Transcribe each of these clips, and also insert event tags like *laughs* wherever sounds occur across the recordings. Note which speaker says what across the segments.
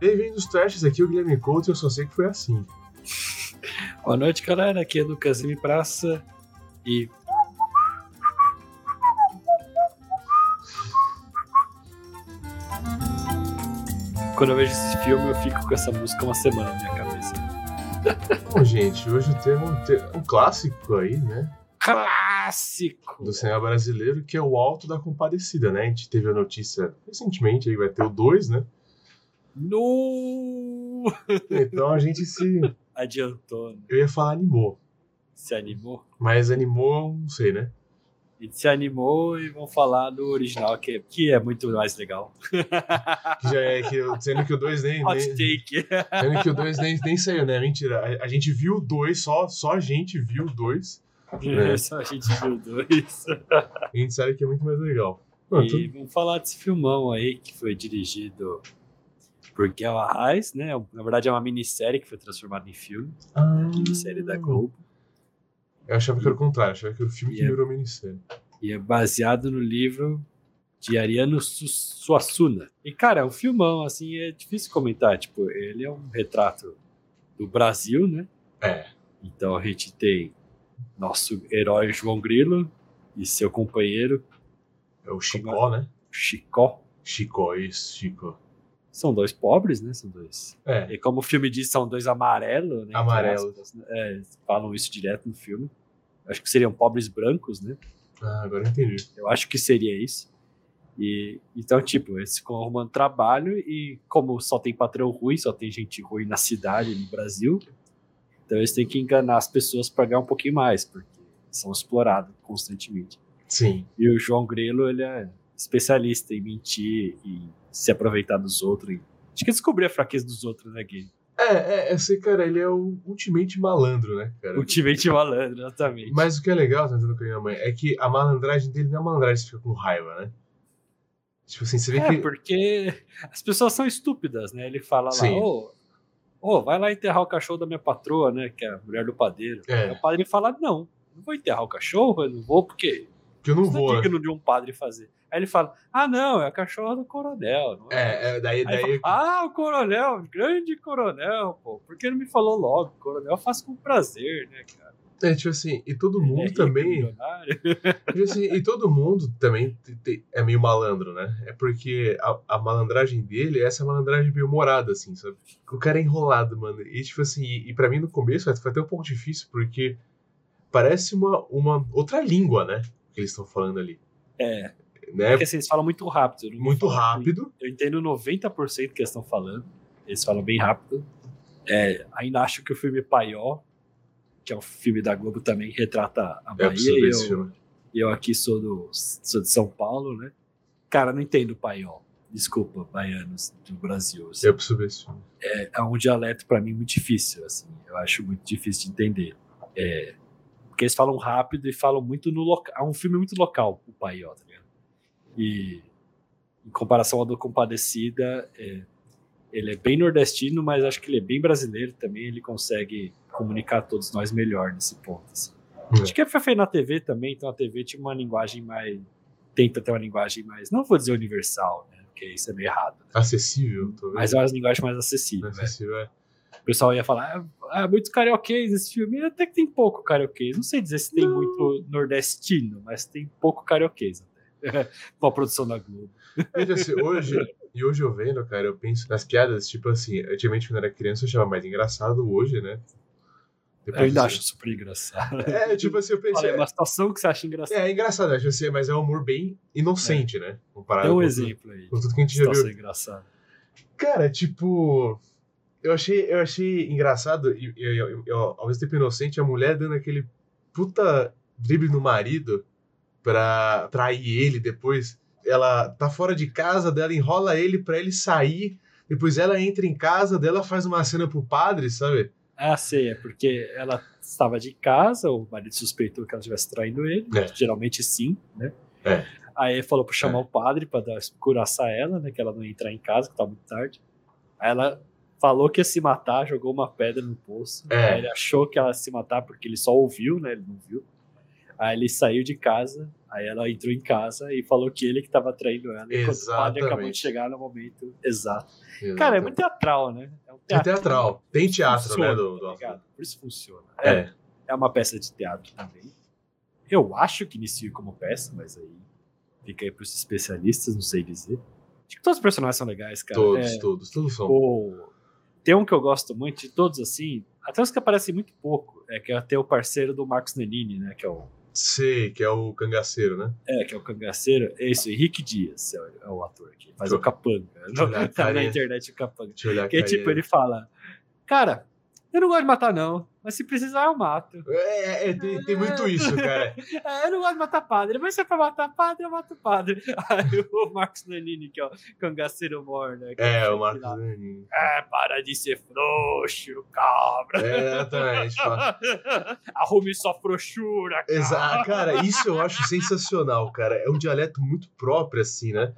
Speaker 1: Bem-vindos, Trashes. Aqui é o Guilherme Couto e eu só sei que foi assim.
Speaker 2: Boa noite, galera. Aqui é Lucas M. Praça e. Quando eu vejo esse filme, eu fico com essa música uma semana na minha cabeça.
Speaker 1: Bom, gente, hoje temos um, te- um clássico aí, né?
Speaker 2: Clássico!
Speaker 1: Do cinema brasileiro, que é o Alto da Compadecida, né? A gente teve a notícia recentemente aí, vai ter o 2, né?
Speaker 2: No!
Speaker 1: Então a gente se.
Speaker 2: Adiantou, né?
Speaker 1: Eu ia falar animou.
Speaker 2: se animou.
Speaker 1: Mas animou, não sei, né?
Speaker 2: E se animou e vão falar do original, que, que é muito mais legal.
Speaker 1: Que já é que, eu- sendo que o 2 nem,
Speaker 2: Hot
Speaker 1: nem.
Speaker 2: take.
Speaker 1: Sendo que o 2 nem, nem saiu, né? Mentira. A, a gente viu o 2, só, só a gente viu o 2. É.
Speaker 2: *laughs* Só a gente viu dois.
Speaker 1: A gente sabe que é muito mais legal. Não, Ah, tudo-
Speaker 2: E vamos falar desse filmão aí que foi dirigido por Guel Arraes, né? Na verdade é uma minissérie que foi transformada em filme, é
Speaker 1: Ah.
Speaker 2: minissérie da Globo, é.
Speaker 1: Eu achava que era o contrário, eu achava que era o filme que
Speaker 2: Yeah.
Speaker 1: virou minissérie.
Speaker 2: e é baseado no livro de Ariano Su- Suassuna. E cara, é um filmão, assim, é difícil comentar, tipo, ele é um retrato do Brasil, né?
Speaker 1: É.
Speaker 2: Então a gente tem nosso herói João Grilo e seu companheiro
Speaker 1: É o Chicó, né?
Speaker 2: Chicó.
Speaker 1: Chicó, isso, Chicó.
Speaker 2: São dois pobres, né? São dois
Speaker 1: É.
Speaker 2: E como o filme diz, são dois amarelos, né?
Speaker 1: Amarelos.
Speaker 2: Entre aspas, né? É, eles falam isso direto no filme. Acho que seriam pobres brancos, né?
Speaker 1: Ah, agora eu entendi.
Speaker 2: Eu acho que seria isso. E, então, tipo, eles ficam arrumando trabalho e como só tem patrão ruim, só tem gente ruim na cidade, no Brasil, então eles têm que enganar as pessoas para ganhar um pouquinho mais, porque são explorados constantemente.
Speaker 1: Sim.
Speaker 2: E o João Grelo, ele é especialista em mentir e se aproveitar dos outros. e- Acho que descobrir a fraqueza dos outros, né, Gui?
Speaker 1: É, é, esse cara, ele é o ultimate malandro, né, cara?
Speaker 2: *laughs* Ultimate malandro, exatamente.
Speaker 1: Mas o que é legal, tá entendendo com a minha mãe, é que a malandragem dele não é malandragem, você fica com raiva, né? Tipo assim, você vê
Speaker 2: é,
Speaker 1: que.
Speaker 2: porque as pessoas são estúpidas, né? Ele fala lá,
Speaker 1: Sim.
Speaker 2: ô, ô, vai lá enterrar o cachorro da minha patroa, né? Que é a mulher do padeiro. Aí
Speaker 1: É,
Speaker 2: O padre fala, não, não vou enterrar o cachorro, eu não vou, porque
Speaker 1: que eu não
Speaker 2: isso não
Speaker 1: vou,
Speaker 2: é
Speaker 1: né?
Speaker 2: digno de um padre fazer. Aí ele fala, ah, não, é a cachorra do coronel, não é?
Speaker 1: É, é, daí,
Speaker 2: Aí ele
Speaker 1: daí.
Speaker 2: fala, ah, o coronel, grande coronel, pô, por que não me falou logo? Coronel, eu faço com prazer, né, cara?
Speaker 1: É, tipo assim, e todo
Speaker 2: Ele é
Speaker 1: mundo
Speaker 2: rico,
Speaker 1: também.
Speaker 2: milionário. *laughs*
Speaker 1: E, assim, e todo mundo também te- te- é meio malandro, né? É porque a, a malandragem dele é essa malandragem bem humorada, assim, sabe? O cara é enrolado, mano. E tipo assim, e, e pra mim no começo foi até um pouco difícil, porque parece uma, uma outra língua, né? Que eles estão falando ali.
Speaker 2: É,
Speaker 1: Né?
Speaker 2: porque assim, eles falam muito rápido. eu não vou
Speaker 1: Muito
Speaker 2: falar muito
Speaker 1: rápido.
Speaker 2: Eu entendo 90% do que eles estão falando. Eles falam bem rápido. É, ainda acho que o filme Paió, que é um filme da Globo também, retrata a
Speaker 1: É
Speaker 2: Bahia.
Speaker 1: absurdo
Speaker 2: e
Speaker 1: esse
Speaker 2: eu,
Speaker 1: filme.
Speaker 2: e eu aqui sou, do, sou de São Paulo, né? Cara, não entendo Paió. Desculpa, baianos do Brasil. assim.
Speaker 1: É absurdo esse filme.
Speaker 2: É, é um dialeto pra mim muito difícil, assim. Eu acho muito difícil de entender. É, porque eles falam rápido e falam muito no local. É um filme muito local, o Paió, tá ligado? E em comparação ao do Compadecida, é, ele é bem nordestino, mas acho que ele é bem brasileiro também. Ele consegue comunicar a todos nós melhor nesse ponto. assim.
Speaker 1: É.
Speaker 2: Acho que foi feito na TV também, então a TV tinha uma linguagem mais. Tenta ter uma linguagem mais. Não vou dizer universal, né? Porque isso é meio errado. né?
Speaker 1: Acessível, talvez.
Speaker 2: Mas é uma linguagem mais acessível. né?
Speaker 1: Acessível, é.
Speaker 2: O pessoal ia falar, ah, ah, muitos carioquês esse filme. Até que tem pouco carioquês. Não sei dizer se tem
Speaker 1: Não.
Speaker 2: muito nordestino, mas tem pouco carioquês até. *laughs* Com a produção da Globo.
Speaker 1: É, tipo assim, hoje, e hoje eu vendo, cara, eu penso nas piadas, tipo assim, antigamente quando eu era criança eu achava mais engraçado hoje, né?
Speaker 2: Eu ainda
Speaker 1: disso-
Speaker 2: acho super engraçado.
Speaker 1: É, tipo assim, eu pensei.
Speaker 2: Olha, é uma situação que você acha engraçada.
Speaker 1: É, é engraçado, acho assim, mas é um humor bem inocente, né? Comparado
Speaker 2: Dá um
Speaker 1: com,
Speaker 2: exemplo aí.
Speaker 1: com tudo que a gente já
Speaker 2: Situação
Speaker 1: viu.
Speaker 2: engraçada.
Speaker 1: Cara, tipo. Eu achei, eu achei engraçado, e e- e- e- ó, ao mesmo tempo inocente, a mulher dando aquele puta drible no marido pra trair ele depois. Ela tá fora de casa dela, enrola ele pra ele sair. Depois ela entra em casa dela, faz uma cena pro padre, sabe?
Speaker 2: Ah, sei, é porque ela estava de casa, o marido suspeitou que ela estivesse traindo ele,
Speaker 1: É.
Speaker 2: geralmente sim, né?
Speaker 1: É.
Speaker 2: Aí ele falou pra chamar o padre pra dar, curaçar ela, né? Que ela não ia entrar em casa, que tá muito tarde. Aí ela falou que ia se matar, jogou uma pedra no poço.
Speaker 1: É.
Speaker 2: Aí ele achou que ela ia se matar porque ele só ouviu, né? Ele não viu. Aí ele saiu de casa, Aí ela entrou em casa e falou que ele que tava traindo ela. Enquanto o padre acabou de
Speaker 1: Exatamente.
Speaker 2: chegar no momento exato. Cara, é
Speaker 1: Exatamente.
Speaker 2: muito teatral, né? É um
Speaker 1: É teatral. Tem teatro,
Speaker 2: Funciona,
Speaker 1: né? Do, do...
Speaker 2: tá ligado? Por isso funciona. É.
Speaker 1: É.
Speaker 2: é uma peça de teatro também. Eu acho que inicia como peça, mas aí fica aí pros especialistas, não sei dizer. Acho que todos os personagens são legais, cara.
Speaker 1: Todos,
Speaker 2: É,
Speaker 1: todos, todos são.
Speaker 2: o- Tem um que eu gosto muito, de todos assim, até os que aparecem muito pouco, é que é até o parceiro do Marcos Nenini, né, que é o
Speaker 1: Sei, que é o cangaceiro, né?
Speaker 2: É, que é o cangaceiro. É isso, Henrique Dias é o, é o ator que faz
Speaker 1: Deixa
Speaker 2: o
Speaker 1: *laughs*
Speaker 2: capanga.
Speaker 1: deixa eu olhar a
Speaker 2: Tá na
Speaker 1: carinha.
Speaker 2: internet o capanga.
Speaker 1: Deixa eu olhar aqui.
Speaker 2: Que tipo, ele fala: Cara, eu não gosto de matar, não. Mas se precisar, eu mato.
Speaker 1: É, é, tem, tem muito isso, cara.
Speaker 2: É, eu não gosto de matar padre. Mas se é pra matar padre, eu mato padre. *laughs* Aí o Marcos Nanini, que é o cangaceiro mor, né? que
Speaker 1: É,
Speaker 2: fica
Speaker 1: o Marcos
Speaker 2: lá,
Speaker 1: Nanini.
Speaker 2: É, para de ser frouxo, cabra.
Speaker 1: É, exatamente. fala.
Speaker 2: Arrume sua frouxura, cara.
Speaker 1: Exa ah, cara, isso eu acho sensacional, cara. É um dialeto muito próprio, assim, né?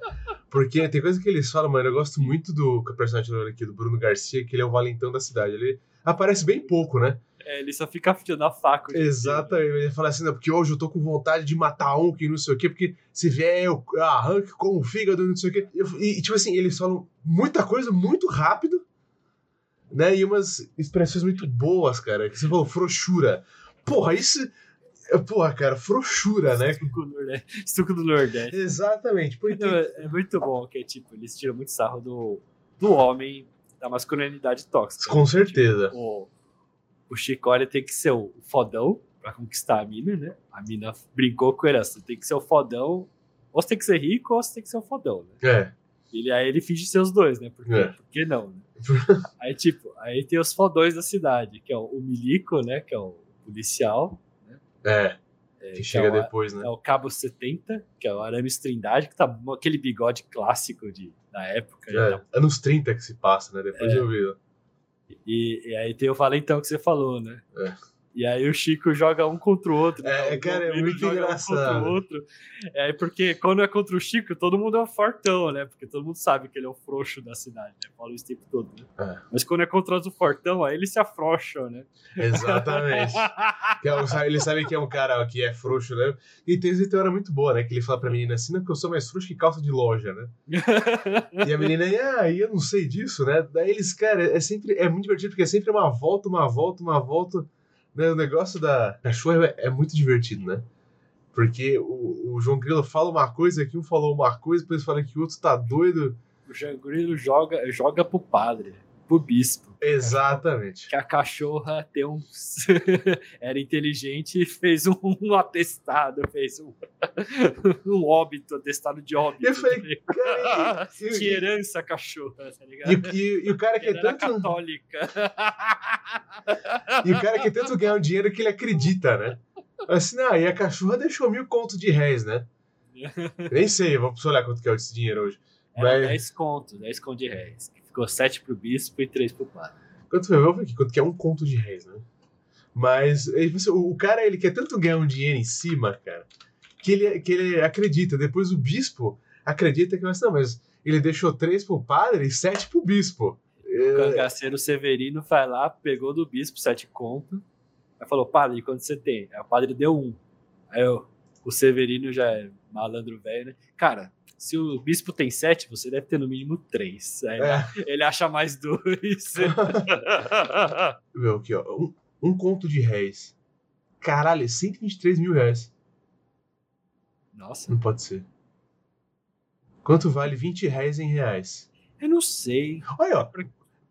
Speaker 1: Porque tem coisa que eles falam, mano. Eu gosto muito do personagem aqui, do Bruno Garcia, que ele é o valentão da cidade. Ele aparece bem pouco, né?
Speaker 2: É, ele só fica afiando a faca. o dia inteiro.
Speaker 1: Exatamente. Ele fala assim, não, porque hoje eu tô com vontade de matar um que não sei o quê, porque se vier eu arranco com o fígado, não sei o quê. Eu- E, e, tipo assim, eles falam muita coisa muito rápido, né? E umas expressões muito boas, cara. Que você falou, frouxura. Porra, isso. é, Porra, cara, frouxura, né?
Speaker 2: Suco do Nordeste. Suco do Nordeste.
Speaker 1: Exatamente. Porque,
Speaker 2: Não, é- é muito bom que é tipo, eles tiram muito sarro do, do homem, da masculinidade tóxica.
Speaker 1: com certeza.
Speaker 2: O, o Chicória tem que ser o fodão pra conquistar a mina, né? A mina brincou com ele, você tem que ser o fodão, ou você tem que ser rico, ou você tem que ser o fodão, né?
Speaker 1: É.
Speaker 2: Ele, aí ele finge ser os dois, né? Porque,
Speaker 1: É.
Speaker 2: por que não,
Speaker 1: *laughs*
Speaker 2: né? aí, tipo, aí tem os fodões da cidade, que é o, o Milico, né? Que é o policial.
Speaker 1: É.
Speaker 2: é,
Speaker 1: Que
Speaker 2: é
Speaker 1: chega
Speaker 2: o-
Speaker 1: depois, né?
Speaker 2: é o Cabo 70, que é o Arames Trindade, que tá com aquele bigode clássico de, da época. já tá- É.
Speaker 1: É, Anos 30 que se passa, né? Depois eu vi.
Speaker 2: E, e aí tem o Valentão que você falou, né?
Speaker 1: É.
Speaker 2: E aí o Chico joga um contra o outro. né?
Speaker 1: É,
Speaker 2: O
Speaker 1: cara, é
Speaker 2: Domingos
Speaker 1: muito
Speaker 2: joga Um
Speaker 1: engraçado.
Speaker 2: contra o outro. É, porque quando é contra o Chico, todo mundo é um fortão, né? Porque todo mundo sabe que ele é o frouxo da cidade, né? Fala isso o tempo todo, né?
Speaker 1: É.
Speaker 2: Mas quando é contra o fortão, aí eles se afrouxam,
Speaker 1: *laughs*
Speaker 2: né? *laughs*
Speaker 1: Exatamente. Que é um- sabe- ele sabe que é um cara que é frouxo, né? E tem essa história muito boa, né? Que ele fala pra menina assim, não, que eu sou mais frouxo que calça de loja, né? E a menina, ah, e eu não sei disso, né? Daí eles, cara, é sempre, é muito divertido, porque é sempre uma volta, uma volta, uma volta. né? O negócio da cachorra é, é muito divertido, né? Porque o, o João Grilo fala uma coisa, que um falou uma coisa, depois fala que o outro tá doido.
Speaker 2: o Jangrilo joga, joga pro padre, pro bispo. *laughs*
Speaker 1: Exatamente.
Speaker 2: que a cachorra tem um *laughs* era inteligente e fez um, atestado, fez um, *laughs* um óbito, atestado de óbito.
Speaker 1: Eu falei,
Speaker 2: tá
Speaker 1: Cara, e,
Speaker 2: ligado? que
Speaker 1: e,
Speaker 2: herança cachorra, tá ligado?
Speaker 1: e, e- e o cara que é
Speaker 2: Ela era
Speaker 1: tanto. *laughs*
Speaker 2: católica.
Speaker 1: E o cara quer tanto ganhar o dinheiro que ele acredita, né? Assim, ah, e a cachorra deixou mil conto de réis, né? Nem sei, eu vou precisar olhar quanto que é esse dinheiro hoje.
Speaker 2: Era
Speaker 1: Mas-
Speaker 2: 10 conto, 10 conto de réis. que Ficou 7 pro bispo e 3 pro padre.
Speaker 1: Quanto foi? Eu vou ver aqui, quanto que é um conto de réis, né? Mas é, tipo assim, o o cara, ele quer tanto ganhar um dinheiro em cima, cara, que ele, que ele acredita. Depois o bispo acredita que, mas não, mas ele deixou três pro padre e sete pro bispo.
Speaker 2: O
Speaker 1: É,
Speaker 2: cangaceiro Severino vai lá, pegou do bispo 7 conto, aí falou, padre, quanto você tem? Aí o padre deu um. Aí eu, o Severino já é malandro velho, né? Cara, se o bispo tem sete, você deve ter no mínimo três. Aí
Speaker 1: é.
Speaker 2: ele acha mais
Speaker 1: *laughs*
Speaker 2: dois.
Speaker 1: Meu, aqui, ó. Um, um conto de réis. Caralho, é 123 mil reais.
Speaker 2: Nossa,
Speaker 1: Não pode ser. Quanto vale 20 réis em reais?
Speaker 2: eu não sei.
Speaker 1: Olha, ó.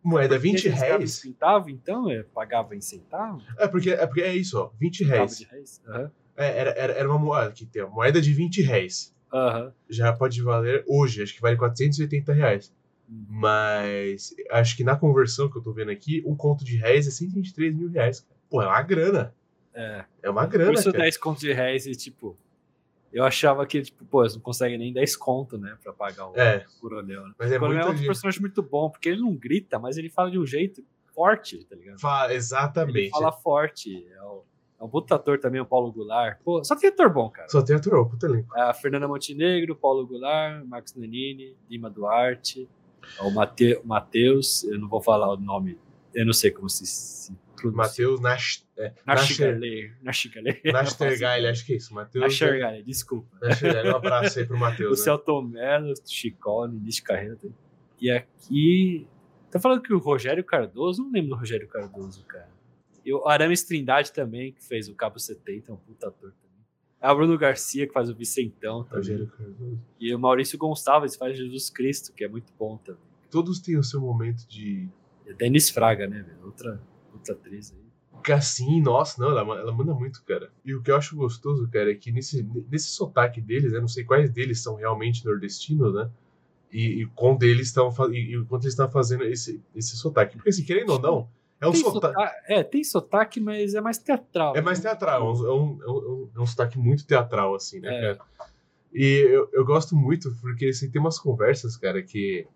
Speaker 1: Moeda 20
Speaker 2: Eles pagavam em
Speaker 1: réis.
Speaker 2: centavo, então? É, pagava em centavo?
Speaker 1: É porque, é porque é isso, ó. 20
Speaker 2: Centavo de
Speaker 1: réis.
Speaker 2: réis? Aham.
Speaker 1: É, era, era, era uma moeda que tem, ó, moeda de 20 réis.
Speaker 2: Aham.
Speaker 1: Já pode valer hoje, acho que vale 480 reais.
Speaker 2: Hum.
Speaker 1: Mas acho que na conversão que eu tô vendo aqui, um conto de réis é 123 mil reais. cara. Pô, é uma grana.
Speaker 2: É.
Speaker 1: É uma
Speaker 2: Por
Speaker 1: grana,
Speaker 2: isso
Speaker 1: cara.
Speaker 2: 10 conto de réis e tipo. Eu achava que, tipo, pô, eles não conseguem nem 10 conto, né? Pra pagar o
Speaker 1: É,
Speaker 2: coronel. Né?
Speaker 1: mas é
Speaker 2: o coronel é
Speaker 1: muito
Speaker 2: outro
Speaker 1: dinheiro.
Speaker 2: personagem muito bom, porque ele não grita, mas ele fala de um jeito forte, tá ligado?
Speaker 1: Fala-
Speaker 2: Ele
Speaker 1: Exatamente.
Speaker 2: fala forte. É o, é um puta ator também, o Paulo Goulart. Pô, só tem ator bom, cara. É
Speaker 1: Só tem ator, puta elenco.
Speaker 2: A Fernanda Montenegro, Paulo Goulart, Max Nanini, Lima é Duarte, o Mate- o Matheus, eu não vou falar o nome, eu não sei como se, se
Speaker 1: Matheus Nash, é, Nasher-
Speaker 2: Nashigalei. Nashigalei.
Speaker 1: *laughs* Nastergaile, acho que é isso. Matheus
Speaker 2: Nashigalei, desculpa.
Speaker 1: Nastergaile. Um abraço
Speaker 2: *laughs*
Speaker 1: aí pro
Speaker 2: O
Speaker 1: Matheus. né?
Speaker 2: Celton Mello, Chicó, no início de carreira dele. E aqui. Tá falando que o Rogério Cardoso, não lembro do Rogério Cardoso, cara. E o Arames Trindade também, que fez o Cabo 70, é um puta ator também. Ah, o Bruno Garcia, que faz o Vicentão também.
Speaker 1: Rogério Cardoso.
Speaker 2: E o Maurício Gonçalves faz Jesus Cristo, que é muito bom também.
Speaker 1: Todos têm o seu momento de.
Speaker 2: E a Denis Fraga, né, velho? Outra, outra atriz aí.
Speaker 1: Cassim, nossa, não, ela, ma- ela manda muito, cara. E o que eu acho gostoso, cara, é que nesse, nesse sotaque deles, né? Não sei quais deles são realmente nordestinos, né? E, e quão deles estão fa- e, e quanto eles estão fazendo esse, esse sotaque. Porque, assim, querendo ou não, é um
Speaker 2: tem
Speaker 1: sotaque.
Speaker 2: sotaque- é, tem sotaque, mas é mais teatral.
Speaker 1: É mais
Speaker 2: né?
Speaker 1: teatral, é um, é um- é um- é um sotaque muito teatral, assim, né,
Speaker 2: É.
Speaker 1: cara? E eu, eu gosto muito, porque assim, tem umas conversas, cara, que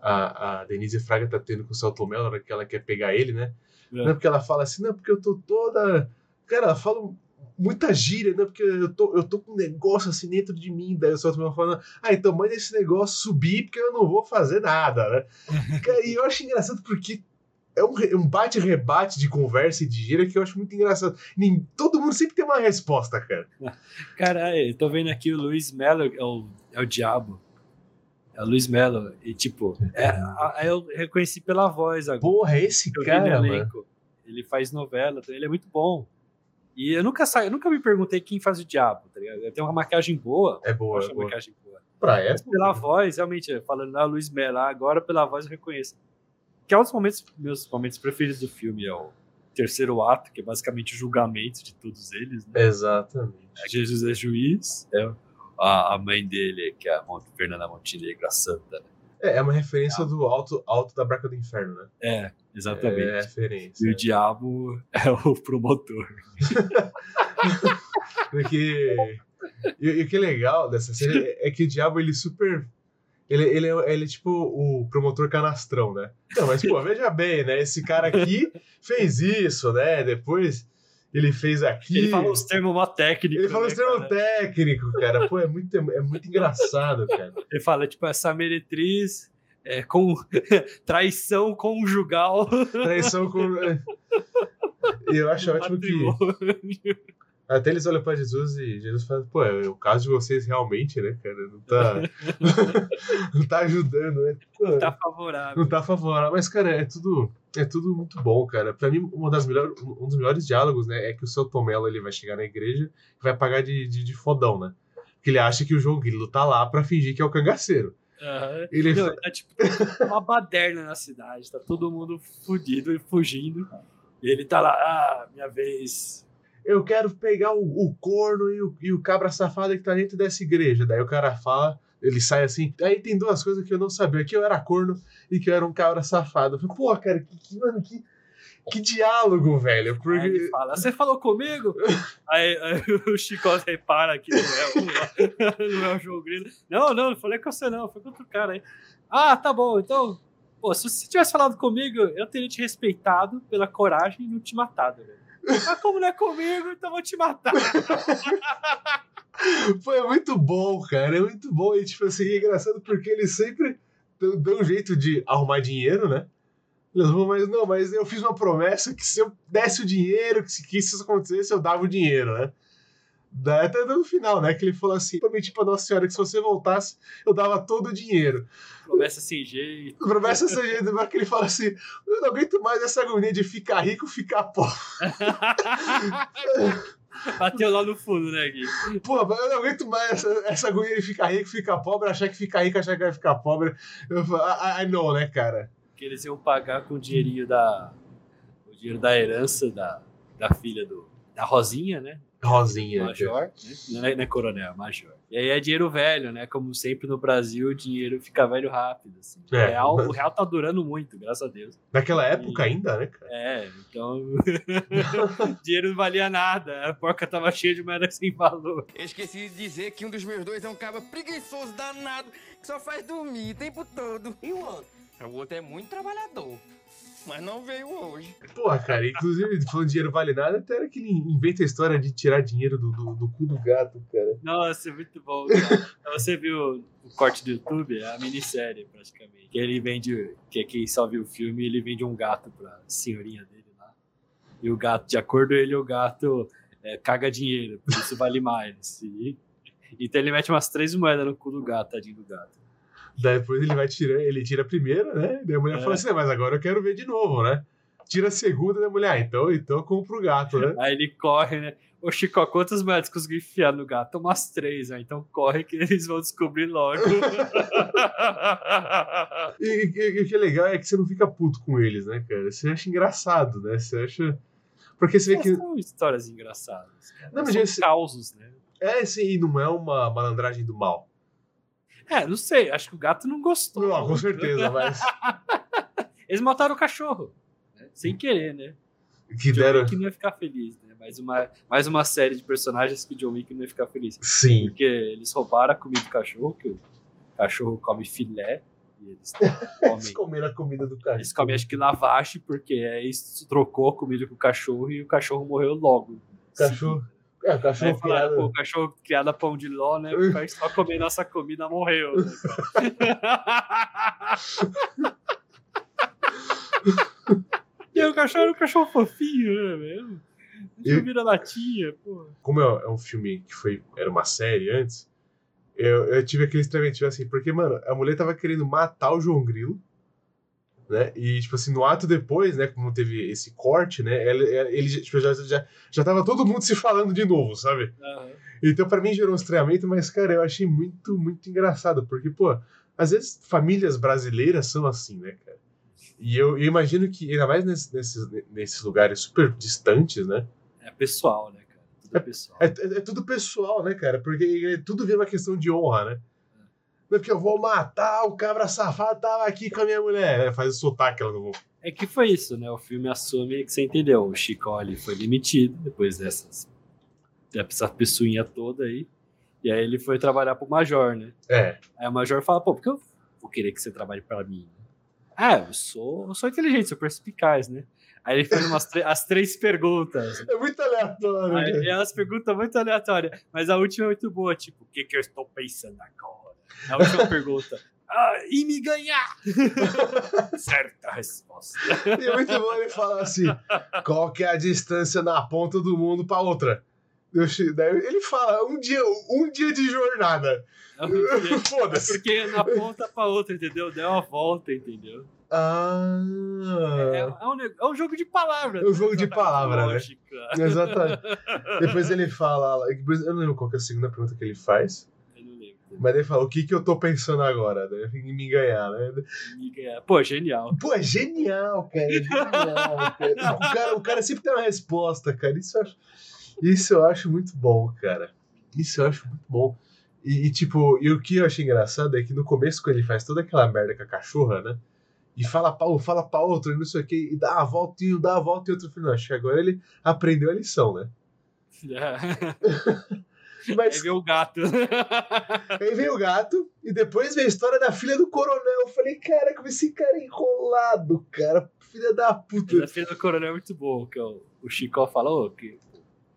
Speaker 1: a, a Denise Fraga tá tendo com o Celto Mello na hora que ela quer pegar ele, né?
Speaker 2: É.
Speaker 1: Não é porque ela fala assim, não, porque eu tô toda. Cara, ela fala muita gíria, né? Porque eu tô, eu tô com um negócio assim dentro de mim. Daí o Celto Mello falando, ah, então manda esse negócio subir, porque eu não vou fazer nada, né?
Speaker 2: *laughs*
Speaker 1: Cara, e eu acho engraçado porque é um, re- um bate-rebate de conversa e de gíria que eu acho muito engraçado. Nem, todo mundo sempre tem uma resposta, cara.
Speaker 2: Caralho, eu tô vendo aqui o Luiz Melo é o, é o diabo. É o Luiz Melo. E tipo, é, a- a- eu reconheci pela voz agora.
Speaker 1: Porra, é esse
Speaker 2: Eu vi no
Speaker 1: cara, mano.
Speaker 2: elenco. Ele faz novela, ele é muito bom. E eu nunca saio, eu nunca me perguntei quem faz o diabo, tá ligado? Ele tem uma maquiagem boa.
Speaker 1: É
Speaker 2: Eu
Speaker 1: boa,
Speaker 2: acho
Speaker 1: é
Speaker 2: uma
Speaker 1: boa.
Speaker 2: maquiagem boa.
Speaker 1: Pra
Speaker 2: Mas
Speaker 1: época.
Speaker 2: pela voz, realmente, falando lá, Luiz Melo, ah, agora pela voz eu reconheço. Que é um dos momentos, meus momentos preferidos do filme, é o terceiro ato, que é basicamente o julgamento de todos eles, né?
Speaker 1: Exatamente.
Speaker 2: Jesus é juiz, é a, a mãe dele, que é a Mont- Fernanda Montenegro, a santa. Né?
Speaker 1: É, é uma referência do alto, alto da Braca do Inferno, né?
Speaker 2: É, exatamente.
Speaker 1: É
Speaker 2: E
Speaker 1: referência.
Speaker 2: o diabo *laughs* é o promotor.
Speaker 1: Porque. E, e o que é legal dessa série
Speaker 2: *laughs*
Speaker 1: é, é que o diabo ele super. Ele, ele, é, ele é tipo o promotor canastrão, né? Não, mas pô, veja bem, né? Esse cara
Speaker 2: *laughs*
Speaker 1: aqui fez isso, né? Depois ele fez aquilo.
Speaker 2: Ele fala os termos mó técnicos.
Speaker 1: Ele fala
Speaker 2: né,
Speaker 1: um termo
Speaker 2: cara?
Speaker 1: técnico, cara. Pô, é muito, é muito engraçado, cara.
Speaker 2: Ele fala, tipo, essa meretriz é com *laughs* traição
Speaker 1: É
Speaker 2: conjugal.
Speaker 1: tipo Traição com. E eu acho ótimo que.
Speaker 2: patrimônio.
Speaker 1: Até eles olham pra Jesus e Jesus fala, pô, é o caso de vocês realmente, né, cara? Não tá. não tá ajudando, né? Pô,
Speaker 2: Tá favorável.
Speaker 1: Não tá favorável. Mas, cara, é tudo. É tudo muito bom, cara. Pra mim, uma das melhores, um dos melhores diálogos, né? É que o seu Tomelo ele vai chegar na igreja e vai pagar de, de, de fodão, né? Porque ele acha que o João Grilo tá lá pra fingir que é o cangaceiro.
Speaker 2: Aham.
Speaker 1: Ele
Speaker 2: Não, tá tipo uma baderna na cidade, tá todo mundo fudido e fugindo. E ele tá lá, ah, minha vez.
Speaker 1: eu quero pegar o, o corno e o, e o cabra safado que tá dentro dessa igreja. Daí o cara fala, ele sai assim. Aí tem duas coisas que eu não sabia: que eu era corno e que eu era um cabra safado. Eu falei, pô, cara, que, que- mano, que, que diálogo, velho.
Speaker 2: Aí ele
Speaker 1: Porque.
Speaker 2: fala, você falou comigo? aí, *laughs* aí o Chico repara que não é o, *laughs* não é o João Grilo. Não, não, não falei com você não, foi com outro cara aí. Ah, tá bom, então, pô, se você tivesse falado comigo, eu teria te respeitado pela coragem e não te matado, velho. Mas como não é comigo, então eu vou te matar.
Speaker 1: Foi muito bom, cara. É muito bom. E tipo assim, é engraçado porque eles sempre dão dão um jeito de arrumar dinheiro, né? Eles vão, mas não, mas eu fiz uma promessa que se eu desse o dinheiro, que se que isso acontecesse, eu dava o dinheiro, né? Daí até no final, né? Que ele falou assim: prometi pra Nossa Senhora que se você voltasse, eu dava todo o dinheiro.
Speaker 2: Começa sem jeito. *laughs*
Speaker 1: Promessa essa jeito, mas que ele fala assim: eu não aguento mais essa agonia de ficar rico, ficar pobre.
Speaker 2: Bateu lá no fundo, né, Gui?
Speaker 1: Pô, mas eu não aguento mais essa, essa agonia de ficar rico, ficar pobre, achar que ficar rico, achar que vai ficar pobre. Eu falo, I, I know, né, cara?
Speaker 2: que eles iam pagar com o dinheirinho da o dinheiro da herança da, da filha do da Rosinha, né?
Speaker 1: Rosinha.
Speaker 2: Major, né? Não é, não é coronel, é major. E aí é dinheiro velho, né? Como sempre no Brasil, o dinheiro fica velho rápido. assim. O,
Speaker 1: É.
Speaker 2: real, o real tá durando muito, graças a Deus.
Speaker 1: Naquela época ainda, né, cara?
Speaker 2: É, então. *laughs* o dinheiro não valia nada. A porca tava cheia de moeda sem valor.
Speaker 3: Eu esqueci de dizer que um dos meus dois é um caba preguiçoso danado que só faz dormir o tempo todo. E o outro? O outro é muito trabalhador, mas não veio hoje.
Speaker 1: Porra, cara, inclusive, falando de dinheiro vale nada, até era que ele inventa a história de tirar dinheiro do, do, do cu do gato, cara.
Speaker 2: Nossa, é muito bom, cara. Então, Você viu o corte do YouTube? É a minissérie, praticamente. Que ele vende. Que quem só viu o filme, ele vende um gato pra senhorinha dele lá. E o gato, de acordo com ele, o gato é, caga dinheiro, por isso vale mais. E, então ele mete umas três moedas no cu do gato, tadinho do gato.
Speaker 1: Daí Depois ele vai tirando, ele tira a primeira, né? Daí a mulher
Speaker 2: É.
Speaker 1: fala assim, "Ah, mas agora eu quero ver de novo, né? Tira a segunda, da mulher, ah, então, então eu compro o gato,
Speaker 2: *laughs*
Speaker 1: né?
Speaker 2: Aí ele corre, né? Ô Chico, quantas moedas conseguiu enfiar no gato? Umas três, né? Então corre que eles vão descobrir logo.
Speaker 1: E, e- e o que é legal é que você não fica puto com eles, né, cara? Você acha engraçado, né? Você acha. Porque você vê que.
Speaker 2: São histórias engraçadas. cara.
Speaker 1: Não, mas
Speaker 2: São
Speaker 1: esse-
Speaker 2: causos, né?
Speaker 1: É, sim, e não é uma malandragem do mal.
Speaker 2: É, não sei. Acho que o gato não gostou.
Speaker 1: Não, com certeza,
Speaker 2: *laughs*
Speaker 1: mas.
Speaker 2: Eles mataram o cachorro. né? Sem querer, né?
Speaker 1: Que
Speaker 2: John
Speaker 1: deram.
Speaker 2: Wick não ia ficar feliz, né? Mais uma, mais uma série de personagens que o John Wick não ia ficar feliz.
Speaker 1: Sim.
Speaker 2: Porque eles roubaram a comida do cachorro, que o cachorro come filé, e eles comem.
Speaker 1: *laughs* Eles comeram a comida do cara.
Speaker 2: Eles comem, acho que, lavache, porque aí se trocou a comida com o cachorro e o cachorro morreu logo.
Speaker 1: Cachorro. É, o
Speaker 2: Aí
Speaker 1: cachorro
Speaker 2: assim. falaram, pô,
Speaker 1: criado.
Speaker 2: o cachorro criado a pão de ló, né? Vai só comer nossa comida, morreu. né,
Speaker 1: *laughs*
Speaker 2: cara? e o cachorro era um cachorro fofinho, né, mesmo?
Speaker 1: E-
Speaker 2: Deixa vira latinha, pô.
Speaker 1: Como é, é um filme que foi. Era uma série antes. Eu, eu tive aquele estranhamento, tipo assim, porque, mano, a mulher tava querendo matar o João Grilo, né? E, tipo assim, no ato depois, né, como teve esse corte, né, ela- ela- ele, tipo, já, já, já tava todo mundo se falando de novo, sabe?
Speaker 2: Aham.
Speaker 1: Então, pra mim, gerou um estranhamento, mas, cara, eu achei muito, muito engraçado, porque, pô, às vezes famílias brasileiras são assim, né, cara? E eu, eu imagino que, ainda mais nesses, nesses, nesses lugares super distantes, né?
Speaker 2: É pessoal, né, cara? Tudo é pessoal.
Speaker 1: É, é- é tudo pessoal, né, cara? Porque tudo vira uma questão de honra, né? Não é porque eu vou matar o cabra safado, tava aqui com a minha mulher. né? Faz o sotaque, ela não vou.
Speaker 2: É que foi isso, né? O filme assume que você entendeu. O Chico ali foi demitido depois dessas. dessa pessoinha toda aí. E aí ele foi trabalhar pro Major, né?
Speaker 1: É,
Speaker 2: Aí o Major fala, pô, por que eu vou querer que você trabalhe pra mim? Ah, eu sou, eu sou inteligente, sou perspicaz, né? Aí ele fez umas tre- as três perguntas.
Speaker 1: é muito aleatório.
Speaker 2: Aí,
Speaker 1: né?
Speaker 2: e elas perguntam muito aleatórias, mas a última é muito boa, tipo, o que, que eu estou pensando agora? A última pergunta. Ah, e me ganhar! *laughs* Certa resposta.
Speaker 1: E é muito bom ele falar assim: qual que é a distância na ponta do mundo pra outra? Eu che- daí Ele fala, um dia, um dia de jornada.
Speaker 2: É um dia É
Speaker 1: *laughs* Foda-se.
Speaker 2: porque na ponta pra outra, entendeu? Deu uma volta, entendeu?
Speaker 1: Ah.
Speaker 2: É, é um, neg- é um jogo de palavras.
Speaker 1: É um jogo de palavra, né?
Speaker 2: né?
Speaker 1: Exatamente. Depois ele fala. depois- eu não lembro qual que é a segunda pergunta que ele faz.
Speaker 2: Eu não lembro.
Speaker 1: Mas ele fala: o que, que eu tô pensando agora? Né? Em me ganhar, né?
Speaker 2: Me ganhar. Pô, genial.
Speaker 1: Pô, é genial, cara. É genial. cara. O, cara o cara sempre tem uma resposta, cara. Isso eu acho, isso eu acho muito bom, cara. Isso eu acho muito bom. E, e, tipo, e o que eu achei engraçado é que no começo, quando ele faz toda aquela merda com a cachorra, né? E fala pra um, fala pra outro, e não sei o que, e dá a volta, e um dá a volta, e outro final. Acho que agora ele aprendeu a lição, né?
Speaker 2: Aí
Speaker 1: Mas
Speaker 2: vem o *laughs* gato.
Speaker 1: aí vem o gato, e depois vem a história da filha do coronel. Eu falei, cara, como esse cara é enrolado, cara. Filha da puta.
Speaker 2: *laughs* Mas a filha do coronel é muito boa, que o, o Chicó falou que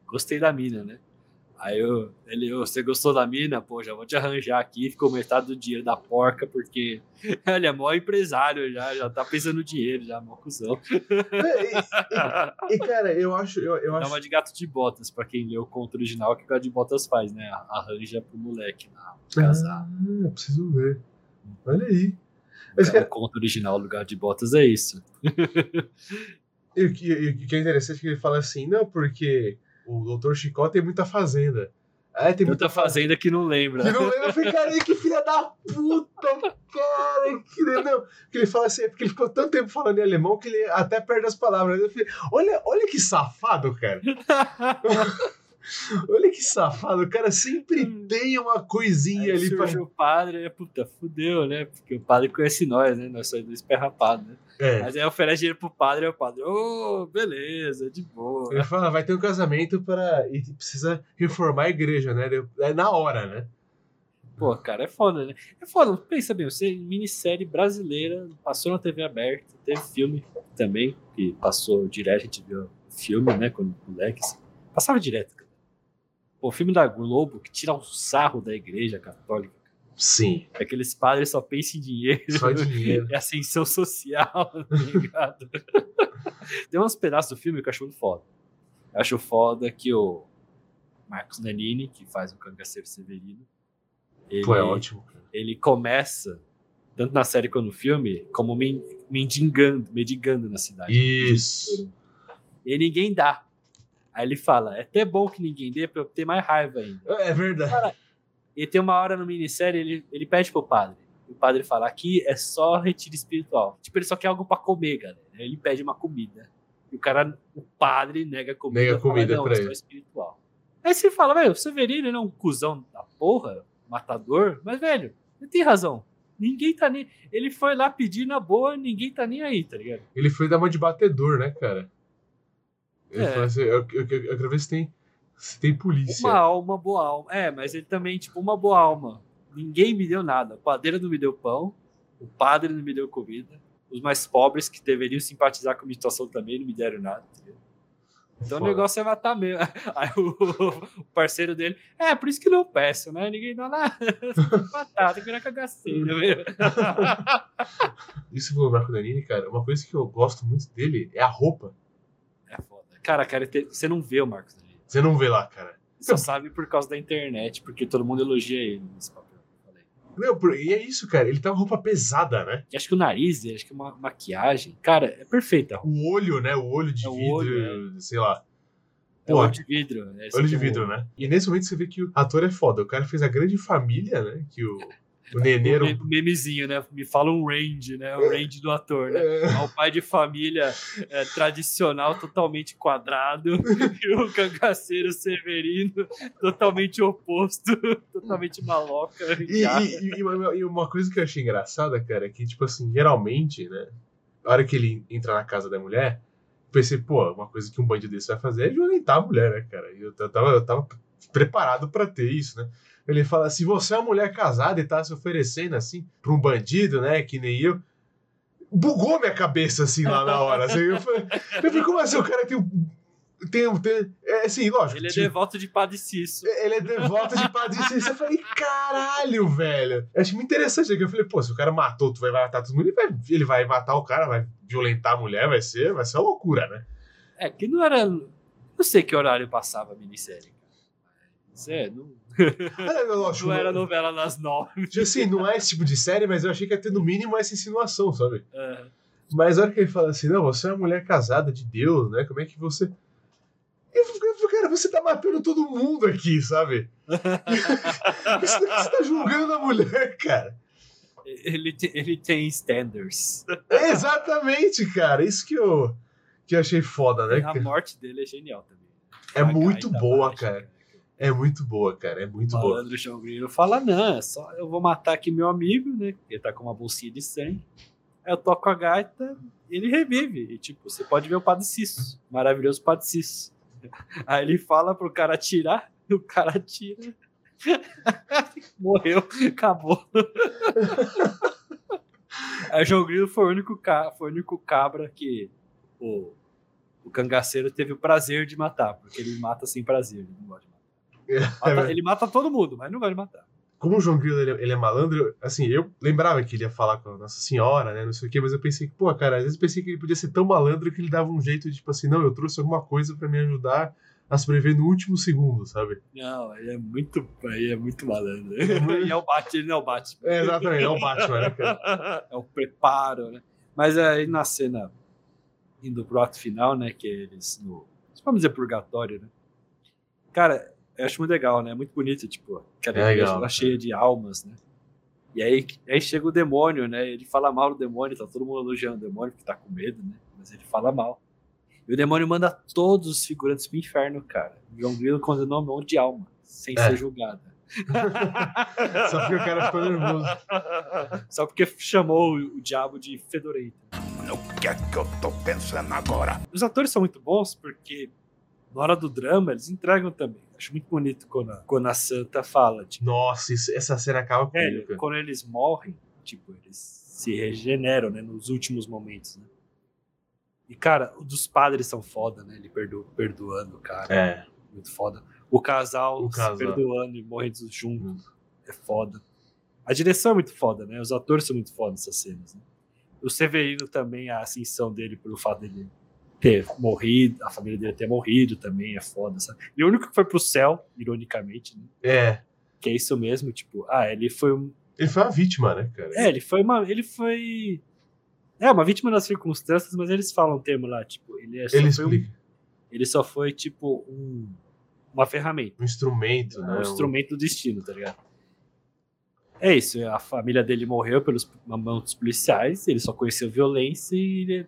Speaker 2: gostei da mina, né? Aí eu, ele, "Ô, você gostou da mina? Pô, já vou te arranjar aqui. Ficou metade do dinheiro da porca, porque *laughs* ele é maior empresário já, já tá pensando no dinheiro, já, mó cuzão. *laughs*
Speaker 1: É E, e, cara, eu acho. Eu, eu
Speaker 2: É
Speaker 1: acho
Speaker 2: uma de gato de botas, pra quem leu o conto original, que o gato de botas faz, né? Arranja pro moleque na casar.
Speaker 1: Ah, eu preciso ver. Olha aí. Mas,
Speaker 2: O
Speaker 1: cara,
Speaker 2: conto original do gato de botas é isso.
Speaker 1: e o que- e o que é interessante é que ele fala assim: não, porque o doutor Chicó tem muita fazenda. Ah, tem muita
Speaker 2: Muita
Speaker 1: fazenda.
Speaker 2: fazenda que não lembra. né?
Speaker 1: E não lembra, eu falei, cara, que filha da puta, cara. Que, não, que ele fala assim, é porque ele ficou tanto tempo falando em alemão que ele até perde as palavras. Eu falei, olha, olha que safado,
Speaker 2: *laughs*
Speaker 1: cara. Olha que safado, o cara
Speaker 2: Hum.
Speaker 1: sempre tem uma coisinha
Speaker 2: Aí
Speaker 1: ali pra.
Speaker 2: surge o padre, né? puta, fudeu, né? Porque o padre conhece nós, né? Nós somos dois perrapados, né?
Speaker 1: É.
Speaker 2: Mas aí oferece dinheiro pro padre, aí o padre, ô, beleza, de boa.
Speaker 1: Ele fala, vai ter um casamento para. E precisa reformar a igreja, né? Deu- É na hora, né?
Speaker 2: Pô, cara, é foda, né? É foda, pensa bem, você minissérie brasileira, passou na TV aberta, teve filme também, que passou direto, a gente viu o filme, né, quando moleque, assim. passava direto, cara. Pô, o filme da Globo, que tira um sarro da igreja católica,
Speaker 1: Sim.
Speaker 2: aqueles padres só pensam em dinheiro,
Speaker 1: Só dinheiro.
Speaker 2: *laughs* é ascensão social, tá ligado? Tem uns pedaços do filme que eu acho muito foda. Eu acho foda que o Marcos Nanini, que faz o Cangaceiro Severino, ele,
Speaker 1: Pô, é ótimo. cara.
Speaker 2: ele começa, tanto na série quanto no filme, como men- mendigando, mendigando na cidade.
Speaker 1: Isso.
Speaker 2: E ninguém dá. Aí ele fala, é até bom que ninguém dê pra eu ter mais raiva ainda.
Speaker 1: É verdade.
Speaker 2: E tem uma hora no minissérie, ele, ele pede pro padre. O padre fala, aqui é só retiro espiritual. Tipo, ele só quer algo pra comer, galera. Aí Ele pede uma comida. E o cara, o padre nega a comida.
Speaker 1: Nega a
Speaker 2: fala,
Speaker 1: comida
Speaker 2: não,
Speaker 1: pra
Speaker 2: isso
Speaker 1: ele."
Speaker 2: é espiritual. Aí você fala, velho, o Severino ele é um cuzão da porra, matador. Mas, velho, ele tem razão. Ninguém tá nem... Ele foi lá pedir na boa, ninguém tá nem aí, tá ligado?
Speaker 1: Ele foi dar uma de batedor, né, cara? Ele
Speaker 2: É.
Speaker 1: falou assim, eu, eu, eu eu quero ver se tem, se tem polícia.
Speaker 2: Uma alma, boa alma. É, mas ele também, tipo, uma boa alma. Ninguém me deu nada. O padeiro não me deu pão, o padre não me deu comida, os mais pobres que deveriam simpatizar com a minha situação também não me deram nada. entendeu? Então
Speaker 1: Foda.
Speaker 2: o negócio é matar mesmo. *laughs* Aí o, o parceiro dele, é, por isso que não peço, né? Ninguém dá nada. *laughs* Tem que matar, tem que virar cagaceiro mesmo.
Speaker 1: Isso foi o Marco Danini, cara. Uma coisa que eu gosto muito dele é a roupa.
Speaker 2: *laughs* É foda. Cara, cara, te- você não vê o Marcos ali.
Speaker 1: Você não vê lá, cara.
Speaker 2: Você só sabe por causa da internet, porque todo mundo elogia ele nesse papel. que eu falei.
Speaker 1: Não, por- e é isso, cara. Ele tá com roupa pesada, né?
Speaker 2: acho que o nariz dele, acho que é uma maquiagem. Cara, é perfeita.
Speaker 1: O olho, né? O olho de
Speaker 2: É o
Speaker 1: vidro,
Speaker 2: olho,
Speaker 1: sei lá.
Speaker 2: É
Speaker 1: Pô,
Speaker 2: olho de vidro. né? Esse
Speaker 1: olho
Speaker 2: aqui
Speaker 1: de
Speaker 2: é o-
Speaker 1: vidro, né? E nesse momento você vê que o ator é foda. O cara fez a grande família, né? Que o, o Nenê era
Speaker 2: O
Speaker 1: um-
Speaker 2: meme- memezinho, né? Me fala um range, né? O range do ator, né?
Speaker 1: *laughs* É,
Speaker 2: Ah, O pai de família é, tradicional, totalmente quadrado. *laughs* e o cangaceiro severino, totalmente oposto, *laughs* totalmente maloca.
Speaker 1: E, e- e- e uma- e uma coisa que eu achei engraçada, cara, é que, tipo assim, geralmente, né? A hora que ele entra na casa da mulher, pensei, pô, uma coisa que um bandido desse vai fazer é violentar a mulher, né, cara? E eu, t- eu tava, eu tava preparado pra ter isso, né? Ele fala, se você é uma mulher casada e tá se oferecendo assim pra um bandido, né, que nem eu. Bugou minha cabeça assim lá na hora. assim, eu, falei, eu falei, como assim? O cara tem um. Tem, um- tem, é assim, lógico.
Speaker 2: Ele é
Speaker 1: tipo,
Speaker 2: devoto de Padre Cício.
Speaker 1: ele é devoto de Padre Cícero. Eu falei, caralho, velho. Eu achei muito interessante aqui. Eu falei, pô, se o cara matou, tu vai matar todo mundo, ele vai, ele vai matar o cara, vai violentar a mulher, vai ser, vai ser uma loucura, né?
Speaker 2: É, que não era... Não sei que horário passava a minissérie. Mas, é, não,
Speaker 1: Ah, não, lógico,
Speaker 2: não era novela nas nove.
Speaker 1: tipo assim, não é esse tipo de série, mas eu achei que ia ter no mínimo essa insinuação, sabe?
Speaker 2: É.
Speaker 1: Mas a hora que ele fala assim, não, você é uma mulher casada de Deus, né? Como é que você. Eu falei, cara, você tá matando todo mundo aqui, sabe? *laughs* você, você tá julgando a mulher, cara.
Speaker 2: Ele, te- ele tem standards.
Speaker 1: É, exatamente, cara. Isso que eu, que eu achei foda, né?
Speaker 2: A
Speaker 1: cara?
Speaker 2: morte dele é genial também.
Speaker 1: É muito
Speaker 2: Gaita
Speaker 1: boa,
Speaker 2: baixa,
Speaker 1: cara. É muito boa, cara. É muito
Speaker 2: O
Speaker 1: boa.
Speaker 2: malandro João Grilo fala: não, é só eu vou matar aqui meu amigo, né? Ele tá com uma bolsinha de sangue. Aí Eu toco a gaita, ele revive. E tipo, você pode ver o Padre Cício, maravilhoso Padre Cício. Aí ele fala pro cara atirar, e o cara atira. Morreu, *laughs* acabou. Aí o João Grilo foi o único, ca- foi o único cabra que o, o cangaceiro teve o prazer de matar, porque ele mata sem prazer, ele não gosta de matar. Mata- ele mata todo mundo, mas não vai matar.
Speaker 1: Como o João Grilo ele, é- ele é malandro, eu- assim, eu lembrava que ele ia falar com a Nossa Senhora, né? Não sei o quê, mas eu pensei que, pô, cara, às vezes eu pensei que ele podia ser tão malandro que ele dava um jeito de, tipo assim, não, eu trouxe alguma coisa pra me ajudar a sobreviver no último segundo, sabe?
Speaker 2: Não, ele é muito. Ele é muito malandro.
Speaker 1: muito-
Speaker 2: e é o Batman, ele não é o Batman.
Speaker 1: É, exatamente, é o Batman, né, cara?
Speaker 2: É o preparo, né? Mas aí na cena indo pro ato final, né? Que eles no. Vamos dizer purgatório, né? Cara, eu acho muito legal, né? Muito bonito, tipo, aquela
Speaker 1: É
Speaker 2: igreja
Speaker 1: legal,
Speaker 2: lá
Speaker 1: cara.
Speaker 2: cheia de almas, né? E aí, aí chega o demônio, né? Ele fala mal do demônio, tá todo mundo elogiando o demônio, porque tá com medo, né? Mas ele fala mal. E o demônio manda todos os figurantes pro inferno, cara. João Grilo condenou um monte de alma, sem
Speaker 1: É.
Speaker 2: ser julgada.
Speaker 1: *laughs* Só porque o cara ficou nervoso.
Speaker 2: Só porque chamou o o diabo de fedorento.
Speaker 4: O que é que eu tô pensando agora?
Speaker 2: Os atores são muito bons porque na hora do drama eles entregam também. Acho muito bonito quando a, quando a santa fala, tipo,
Speaker 1: Nossa, isso- essa cena acaba com
Speaker 2: velho,
Speaker 1: ele, cara.
Speaker 2: quando eles morrem, tipo, eles se regeneram, né, nos últimos momentos, né? E cara, o dos padres são foda, né? Ele perdo, perdoando o cara,
Speaker 1: É.
Speaker 2: muito foda. O casal,
Speaker 1: O casal. Hum.
Speaker 2: se perdoando e morrendo juntos, é foda. A direção é muito foda, né? Os atores são muito foda nessas cenas, né? O Severino também, a ascensão dele pelo fato dele ter morrido, a família dele ter morrido também, é foda, sabe? Ele é o único que foi pro céu, ironicamente, né?
Speaker 1: É.
Speaker 2: Que é isso mesmo, tipo, ah, ele foi um.
Speaker 1: Ele foi uma vítima, né, cara?
Speaker 2: É, ele foi uma. Ele foi. É, uma vítima das circunstâncias, mas eles falam o termo lá, tipo, ele é só
Speaker 1: Ele
Speaker 2: foi um-
Speaker 1: explica.
Speaker 2: ele só foi, tipo, um, uma ferramenta.
Speaker 1: Um instrumento, né?
Speaker 2: um
Speaker 1: Um-
Speaker 2: instrumento do destino, tá ligado? É isso, a família dele morreu pelos na mão dos policiais, ele só conheceu violência e ele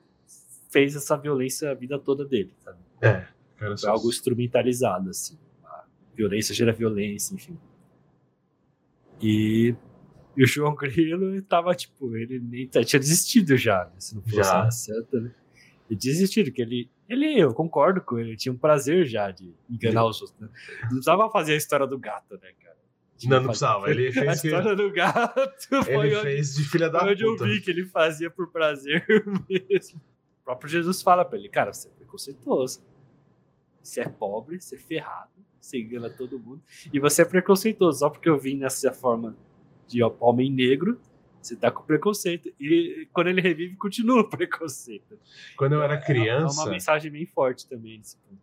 Speaker 2: fez essa violência a vida toda dele, sabe?
Speaker 1: É. Cara,
Speaker 2: Foi
Speaker 1: só...
Speaker 2: algo instrumentalizado, assim. A violência gera violência, enfim. E, e o João Grilo tava, tipo, ele nem tá- tinha desistido já, né? Se não fosse
Speaker 1: Já.
Speaker 2: a santa, né? Ele tinha desistido, que ele. Ele, eu concordo com ele, ele tinha um prazer já de enganar os outros. né? Não precisava fazer a história do gato, né, cara? Tinha
Speaker 1: Não, não
Speaker 2: que
Speaker 1: precisava. Ele
Speaker 2: A
Speaker 1: fez, que...
Speaker 2: história do gato *laughs* foi
Speaker 1: ele
Speaker 2: onde
Speaker 1: fez de filha da
Speaker 2: foi onde eu
Speaker 1: puta.
Speaker 2: vi que ele fazia por prazer *laughs* mesmo. O próprio Jesus fala pra ele, cara, você é preconceituoso. Você é pobre, você é ferrado, você engana todo mundo. E você é preconceituoso, só porque eu vim nessa forma de ó, homem negro, você tá com preconceito. E quando ele revive, continua o preconceito.
Speaker 1: Quando eu era
Speaker 2: É
Speaker 1: *laughs* criança.
Speaker 2: uma mensagem bem forte também. nesse ponto.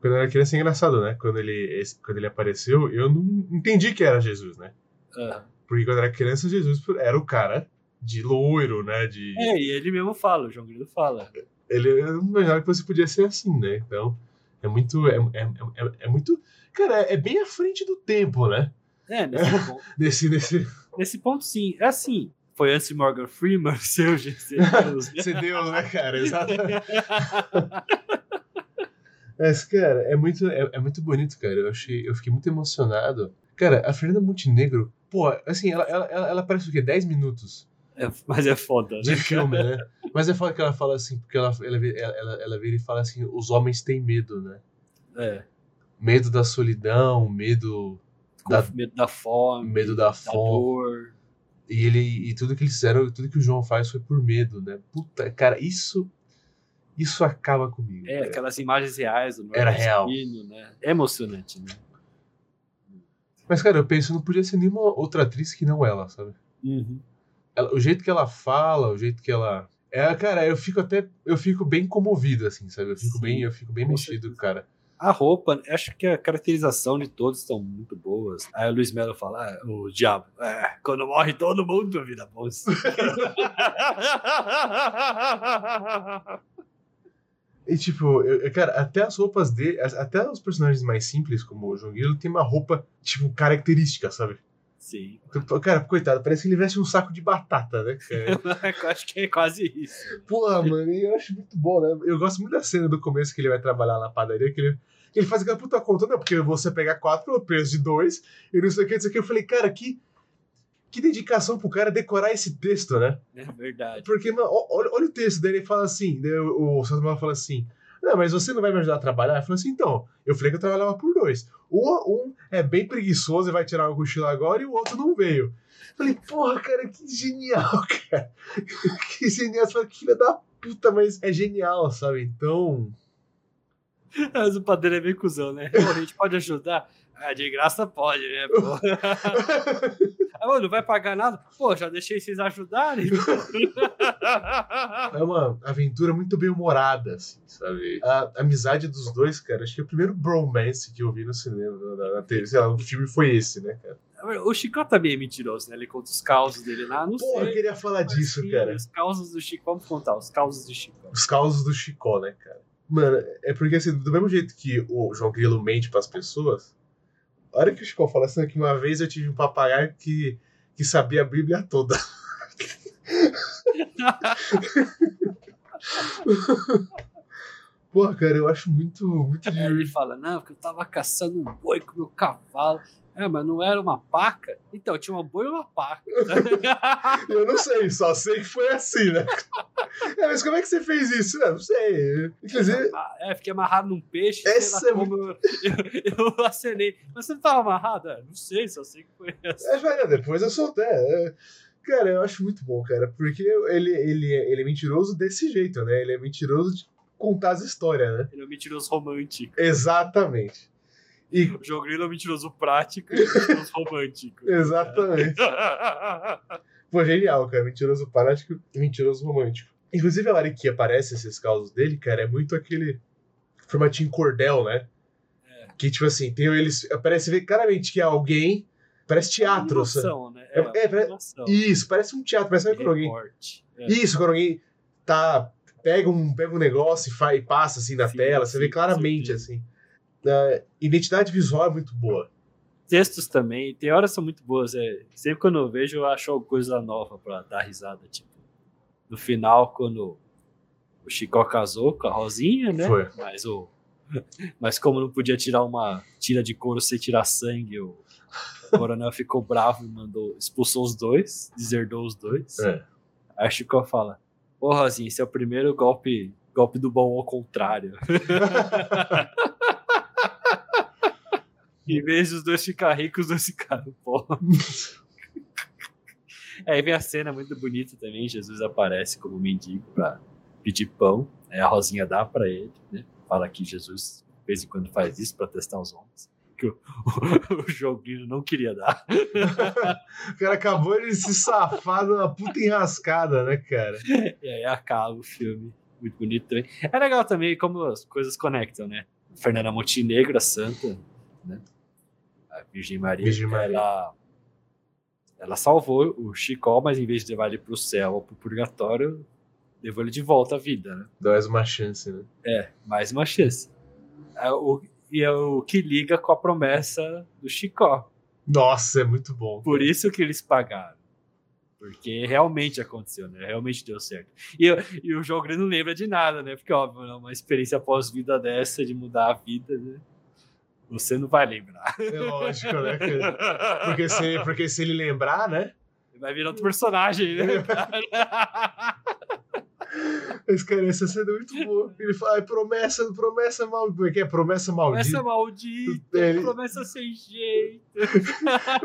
Speaker 1: Quando eu era criança é engraçado, né? Quando ele, esse- quando ele apareceu, eu não entendi que era Jesus, né?
Speaker 2: Ah.
Speaker 1: Porque quando eu era criança, Jesus era o cara de loiro, né? De...
Speaker 2: É, e ele mesmo fala, o João Grilo fala.
Speaker 1: Ele, eu não imaginava que você podia ser assim, né? Então, é muito. É, é, é, é muito. Cara, é, é bem à frente do tempo, né?
Speaker 2: É,
Speaker 1: *laughs*
Speaker 2: nesse ponto.
Speaker 1: Nesse. nesse...
Speaker 2: Nesse ponto, sim. É assim. Foi antes de Morgan Freeman *laughs* ser
Speaker 1: *laughs*
Speaker 2: o Jesus.
Speaker 1: Você deu, né,
Speaker 2: *laughs*
Speaker 1: cara? Exato. Mas, cara, é muito, é, é muito bonito, cara. Eu, achei, eu fiquei muito emocionado. Cara, a Fernanda Montenegro, pô, assim, ela, ela, ela, ela aparece o quê? 10 minutos
Speaker 2: É, mas é foda, né?
Speaker 1: *laughs*
Speaker 2: *laughs*
Speaker 1: de filme, né? Mas é foda que ela fala assim, porque ela, ela, vira- ela, ela, ela vira e fala assim: os homens têm medo, né?
Speaker 2: É.
Speaker 1: Medo da solidão, medo.
Speaker 2: Com
Speaker 1: Da-
Speaker 2: medo da fome,
Speaker 1: medo da fome.
Speaker 2: dor.
Speaker 1: E, ele, e tudo que eles fizeram, tudo que o João faz foi por medo, né? Puta, cara, isso. Isso acaba comigo.
Speaker 2: É,
Speaker 1: cara.
Speaker 2: aquelas imagens reais do
Speaker 1: Era
Speaker 2: Nordeste
Speaker 1: real.
Speaker 2: Fino, né? É emocionante, né?
Speaker 1: Mas, cara, eu penso, não podia ser nenhuma outra atriz que não ela, sabe? Uhum. Ela- o jeito que ela fala, o jeito que ela. É, cara, eu fico até. Eu fico bem comovido, assim, sabe? Eu fico
Speaker 2: Sim,
Speaker 1: bem, eu fico bem
Speaker 2: com
Speaker 1: mexido,
Speaker 2: certeza.
Speaker 1: cara.
Speaker 2: A roupa, acho que a caracterização de todos estão muito boas. Aí o Luiz Melo fala, ah, o diabo, é, quando morre todo mundo vira bom.
Speaker 1: *laughs* E tipo, eu- eu- cara, até as roupas dele. as- Até os personagens mais simples, como o João Grilo, tem uma roupa, tipo, característica, sabe?
Speaker 2: Sim, *laughs*
Speaker 1: Tipo, Cara, coitado, parece que ele veste um saco de batata, né, cara?
Speaker 2: eu acho que é quase isso.
Speaker 1: Porra, mano, e eu acho muito bom, né? Eu gosto muito da cena do começo que ele vai trabalhar na padaria, que ele, que ele faz aquela puta conta, não, porque você pega quatro pelo preço de dois, e não sei o que, não sei o que. Eu falei, cara, que, que dedicação pro cara decorar esse texto, né?
Speaker 2: É verdade.
Speaker 1: Porque, mano, ó- olha, olha o texto dele, ele fala assim, daí o, o Santo Mano fala assim, não, mas você não vai me ajudar a trabalhar? Eu falei assim, então, eu falei que eu trabalhava por dois. Um, um é bem preguiçoso e vai tirar o cochilo agora, e o outro não veio. Eu falei, porra, cara, que genial, *laughs* cara. que genial, você fala, que filha da puta, mas é genial, sabe? Então,
Speaker 2: Mas o padeiro é meio cuzão, né? Pô, a gente pode ajudar? Ah, de graça pode, né?
Speaker 1: *laughs*
Speaker 2: Pô. ah, mano, não vai pagar nada? Pô, já deixei vocês ajudarem.
Speaker 1: *laughs* é uma aventura muito bem-humorada, assim, sabe? A amizade dos dois, cara, acho que é o primeiro bromance que eu vi no cinema, na, na TV, sei lá, no filme foi esse, né, cara?
Speaker 2: o Chicó também é mentiroso, né? Ele conta os causos dele lá. Não
Speaker 1: Porra, eu
Speaker 2: sei.
Speaker 1: queria falar
Speaker 2: mas
Speaker 1: é disso,
Speaker 2: sim,
Speaker 1: cara.
Speaker 2: Os causos do Chico. Vamos contar os causos do Chico.
Speaker 1: os causos do Chicó, né, cara? Mano, é porque assim, do mesmo jeito que o João Grilo mente pras pessoas, a hora que o Chicó fala assim, que uma vez eu tive um papagaio que, que sabia a Bíblia toda. Porra, cara, eu acho muito, muito
Speaker 2: Aí ele
Speaker 1: divertido.
Speaker 2: fala, não, porque eu tava caçando um boi com meu cavalo. É, mas não era uma paca? Então, tinha uma boi e uma paca. *laughs*
Speaker 1: Eu não sei, só sei que foi assim, né? É, mas como é que você fez isso? Eu não sei. Inclusive,
Speaker 2: Ah, É, fiquei amarrado num peixe. sei
Speaker 1: Essa
Speaker 2: lá
Speaker 1: é
Speaker 2: como eu, *laughs* eu, eu acenei. Mas você não tava amarrado? Ah, Não sei, só sei que foi *laughs* essa.
Speaker 1: É, mas depois eu soltei. É, Cara, eu acho muito bom, cara, porque ele, ele, é- ele é mentiroso desse jeito, né? Ele é mentiroso de contar as histórias, né?
Speaker 2: Ele é um mentiroso romântico.
Speaker 1: Exatamente. E,
Speaker 2: O João Grilo é um mentiroso prático e um mentiroso
Speaker 1: *laughs*
Speaker 2: *laughs* romântico. É.
Speaker 1: exatamente. Pô, genial, cara. Mentiroso prático e mentiroso romântico. Inclusive a hora que aparece esses causos dele, cara, é muito aquele formatinho cordel, né? Que, tipo assim, tem eles. Parece ver claramente que é alguém. Parece teatro. sabe?
Speaker 2: Animação, é né?
Speaker 1: É- é, parece-
Speaker 2: animação.
Speaker 1: Isso, parece um teatro, parece quando alguém.
Speaker 2: Recorte. É.
Speaker 1: Isso, quando alguém tá. Pega um, pega um negócio e, fa- e passa assim na
Speaker 2: Sim,
Speaker 1: tela, você
Speaker 2: sim,
Speaker 1: vê
Speaker 2: com
Speaker 1: claramente
Speaker 2: certeza.
Speaker 1: assim. A identidade visual é muito boa.
Speaker 2: textos também, tem horas que são muito boas. é. sempre quando eu vejo, eu acho alguma coisa nova pra dar risada. Tipo, no final, quando o Chicó casou com a Rosinha, né?
Speaker 1: Foi.
Speaker 2: Mas, o, mas como não podia tirar uma tira de couro sem tirar sangue, o coronel ficou bravo e mandou, expulsou os dois, deserdou os dois.
Speaker 1: É.
Speaker 2: Aí o Chicó fala: Ô Rosinha, esse é o primeiro golpe, golpe do bom ao contrário. em vez dos dois ficar ricos, os dois ficaram pobres. Aí vem a cena muito bonita também: Jesus aparece como mendigo pra pedir pão. Aí a Rosinha dá pra ele, né? Fala que Jesus de vez em quando faz isso pra testar os homens. Que o, *laughs* o joguinho não queria dar.
Speaker 1: O cara acabou de se safar numa puta enrascada, né, cara?
Speaker 2: E aí acaba o filme. Muito bonito também. É legal também como as coisas conectam, né? Fernanda Montenegro, a santa, né? A Virgem Maria.
Speaker 1: Virgem Maria.
Speaker 2: Ela, ela salvou o Chicó, mas em vez de levar ele pro céu ou pro purgatório, levou ele de volta à vida, né?
Speaker 1: Dá mais uma chance, né?
Speaker 2: É, mais uma chance. É o, e é o que liga com a promessa do Chicó.
Speaker 1: Nossa, é muito bom.
Speaker 2: Por isso que eles pagaram. Porque realmente aconteceu, né? Realmente deu certo. E, eu- e o João Grande não lembra de nada, né? Porque, óbvio, né, uma experiência pós-vida dessa, de mudar a vida, né? Você não vai lembrar.
Speaker 1: É lógico, né? cara? *laughs* Porque se, porque se ele lembrar, né?
Speaker 2: Vai virar outro
Speaker 1: *laughs*
Speaker 2: personagem, né? cara?
Speaker 1: Mas, cara, essa cena é muito boa. Ele fala, "Ai, promessa, promessa maldita. Como é que é? Promessa maldita.
Speaker 2: Promessa maldita,
Speaker 1: Ele-
Speaker 2: promessa
Speaker 1: *laughs*
Speaker 2: sem jeito.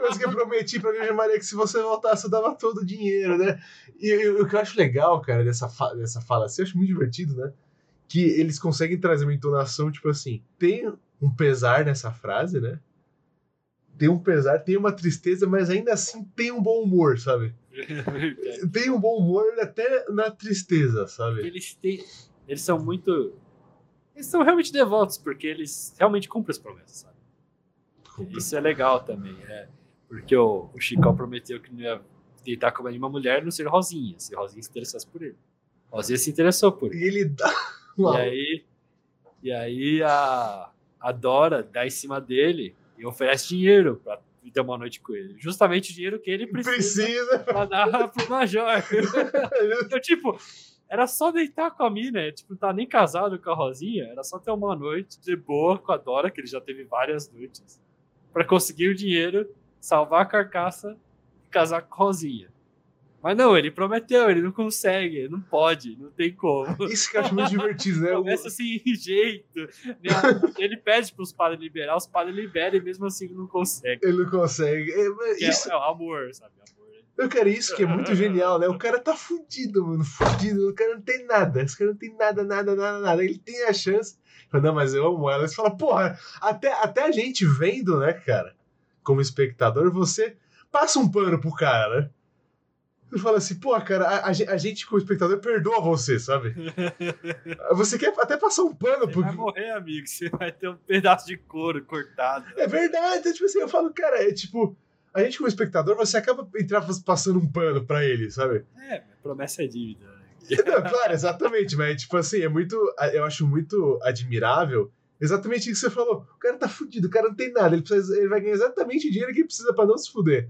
Speaker 1: Mas que eu prometi pra Virgem Maria é que se você voltasse, eu dava todo o dinheiro, né? E eu- o que eu acho legal, cara, dessa, fa- dessa fala assim, eu acho muito divertido, né? Que eles conseguem trazer uma entonação, tipo assim, tem um pesar nessa frase, né? Tem um pesar, tem uma tristeza, mas ainda assim tem um bom humor, sabe? Tem um bom humor até na tristeza, sabe?
Speaker 2: eles têm. Eles são muito. Eles são realmente devotos, porque eles realmente cumprem as promessas, sabe? Isso é legal também, é. Porque o, o Chicó prometeu que não ia deitar com nenhuma mulher, a não ser Rosinha, se Rosinha se interessasse por ele. Rosinha se interessou por ele.
Speaker 1: E ele dá uma
Speaker 2: E aí, e aí a, a Dora dá em cima dele e oferece dinheiro pra ter uma noite com ele. Justamente o dinheiro que ele precisa,
Speaker 1: precisa.
Speaker 2: pra dar pro Major. Então, tipo, era só deitar com a mina, tipo, não tá nem casado com a Rosinha, era só ter uma noite de boa com a Dora, que ele já teve várias noites, pra conseguir o dinheiro, salvar a carcaça e casar com a Rosinha. Mas não, ele prometeu, ele não consegue, não pode, não tem como.
Speaker 1: Isso que eu acho muito divertido, né? O-
Speaker 2: Começa assim, *laughs* jeito. né? Ele pede pros padres liberar, os padres liberam e mesmo assim não consegue.
Speaker 1: Ele não consegue. É, mas
Speaker 2: Que É,
Speaker 1: isso,
Speaker 2: é o amor, sabe? Amor.
Speaker 1: Eu quero isso que é muito genial, né? O cara tá fudido, mano. Fudido. O cara não tem nada. Esse cara não tem nada, nada, nada, nada. Ele tem a chance. Fala, não, mas eu amo ela. Você fala, porra, até, até a gente vendo, né, cara? Como espectador, você passa um pano pro cara, né? Você fala assim, pô, cara, a, a gen- a gente, como espectador, perdoa você, sabe? Você quer até passar um pano
Speaker 2: Você
Speaker 1: pro.
Speaker 2: vai morrer, amigo. *laughs* Você vai ter um pedaço de couro cortado.
Speaker 1: É verdade. Tipo assim, eu falo, cara, é tipo. A gente, como espectador, você acaba entrar passando um pano pra ele, sabe?
Speaker 2: É, promessa é dívida. né?
Speaker 1: Não, claro, exatamente, mas tipo assim, é muito. Eu acho muito admirável exatamente isso que você falou. O cara tá fudido, o cara não tem nada, ele, precisa, ele vai ganhar exatamente o dinheiro que ele precisa pra não se fuder.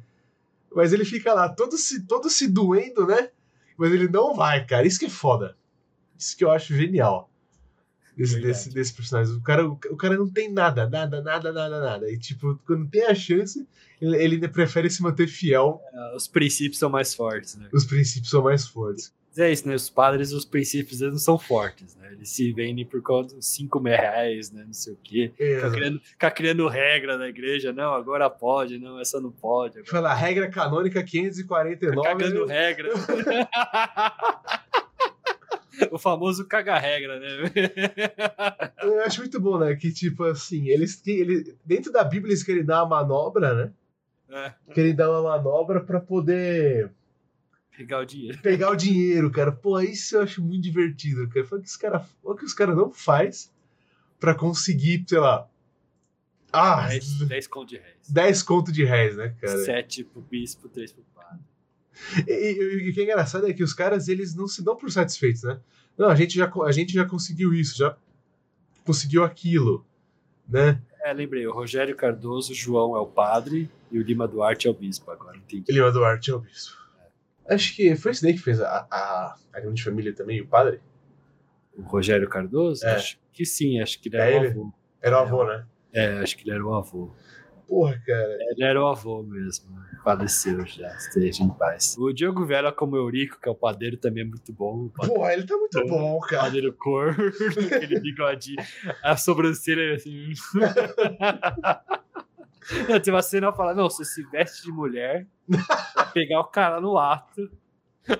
Speaker 1: Mas ele fica lá todo se, todo se doendo, né? Mas ele não vai, cara. Isso que é foda. Isso que eu acho genial. Desse,
Speaker 2: Verdade.
Speaker 1: desse, desse personagem. O cara, o cara não tem nada, nada, nada, nada, nada. E tipo, quando tem a chance, ele, ele ainda prefere se manter fiel.
Speaker 2: Ah, Os princípios são mais fortes, né?
Speaker 1: Os princípios são mais fortes.
Speaker 2: Mas é isso, né? Os padres, os princípios eles não são fortes, né? Eles se vendem por causa dos 5 mil reais, né? Não sei o quê. Ficar
Speaker 1: É,
Speaker 2: criando, ficar criando regra na igreja. Não, agora pode. Não, essa não pode. Agora...
Speaker 1: Fala, regra canônica 549.
Speaker 2: Tá Cagando
Speaker 1: né?
Speaker 2: regra. *laughs* o famoso caga-regra, né? *laughs*
Speaker 1: Eu acho muito bom, né? Que, tipo, assim, eles, que- ele, dentro da Bíblia eles querem dar uma manobra, né?
Speaker 2: É.
Speaker 1: Querem dar uma manobra pra poder
Speaker 2: Pegar o dinheiro.
Speaker 1: pegar o dinheiro, cara. Pô, isso eu acho muito divertido, cara. Foi o que os caras cara não faz pra conseguir, sei lá. Ah,
Speaker 2: 10, 10 conto de réis.
Speaker 1: 10 conto de réis, né, cara?
Speaker 2: 7 pro bispo, 3 pro padre.
Speaker 1: E, e- e o que é engraçado é que os caras, eles não se dão por satisfeitos, né? Não, a gente já, co- a gente já conseguiu isso, já conseguiu aquilo, né?
Speaker 2: É, lembrei, o Rogério Cardoso, o João é o padre e o Lima Duarte é o bispo. Agora entendi.
Speaker 1: Ele é o Duarte, é o bispo. Acho que foi esse daí que fez a, a, a grande família também, o padre?
Speaker 2: O Rogério Cardoso?
Speaker 1: É.
Speaker 2: Acho que sim, acho que ele
Speaker 1: É
Speaker 2: era o
Speaker 1: ele?
Speaker 2: avô.
Speaker 1: Era o avô, né?
Speaker 2: É, acho que ele era o avô.
Speaker 1: Porra, cara.
Speaker 2: Ele era o avô mesmo. né? Faleceu já, esteja em paz. O Diogo Vera como Eurico, que é o padeiro, também é muito bom. O padeiro,
Speaker 1: Porra, ele tá muito bom, cara.
Speaker 2: padeiro cor, *laughs* aquele bigodinho, a sobrancelha assim. *laughs* Não, tem uma cena que fala, não, você se veste de mulher, vai pegar o cara no ato,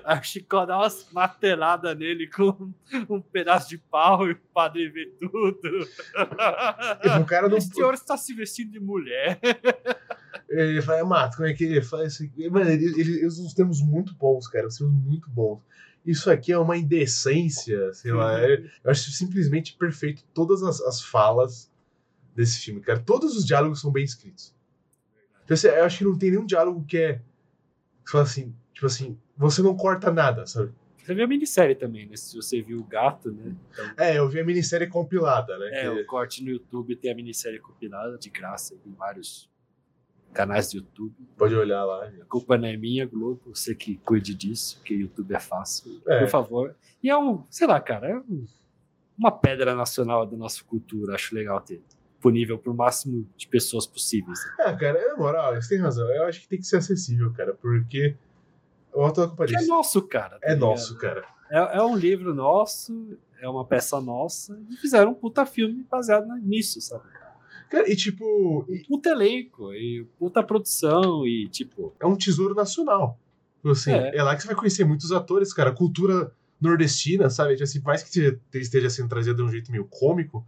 Speaker 2: a Chicó dá umas marteladas nele com um pedaço de pau e o padre vê tudo. Ah,
Speaker 1: O um cara não,
Speaker 2: Esse senhor está se vestindo de mulher.
Speaker 1: Ele fala, Mato, como é que ele faz isso aqui? Mano, ele, ele, ele usa uns termos muito bons, cara. Uns termos muito bons. Isso aqui é uma indecência, sei lá. é- eu acho simplesmente perfeito todas as, as falas desse filme, cara. Todos os diálogos são bem escritos. Então, assim, eu acho que não tem nenhum diálogo que é. Que fala assim, tipo assim, você não corta nada, sabe?
Speaker 2: Você viu a minissérie também, né? Se você viu o gato, né? Então,
Speaker 1: É, eu vi a minissérie compilada, né?
Speaker 2: é,
Speaker 1: que-
Speaker 2: o corte no YouTube tem a minissérie compilada de graça em vários canais do YouTube.
Speaker 1: Pode olhar lá.
Speaker 2: A culpa não é minha, Globo. Você que cuide disso, porque YouTube é fácil.
Speaker 1: É.
Speaker 2: Por favor. E é um, sei lá, cara, é um- uma pedra nacional da nossa cultura. Acho legal ter disponível para o máximo de pessoas possíveis. né?
Speaker 1: Ah, cara, na moral, você tem razão. Eu acho que tem que ser acessível, cara, porque. O autor da culpa
Speaker 2: Que É
Speaker 1: disso.
Speaker 2: nosso, cara. tá
Speaker 1: É
Speaker 2: ligado?
Speaker 1: nosso, cara.
Speaker 2: É, é um livro nosso, é uma peça nossa. E fizeram um puta filme baseado nisso, sabe? Um
Speaker 1: Cara, e tipo, e-
Speaker 2: puta elenco, e puta produção, e tipo,
Speaker 1: é um tesouro nacional. Tipo Assim, é.
Speaker 2: É.
Speaker 1: lá que você vai conhecer muitos atores, cara. Cultura nordestina, sabe? Tipo Assim, por mais que te- te- esteja sendo trazida de um jeito meio cômico,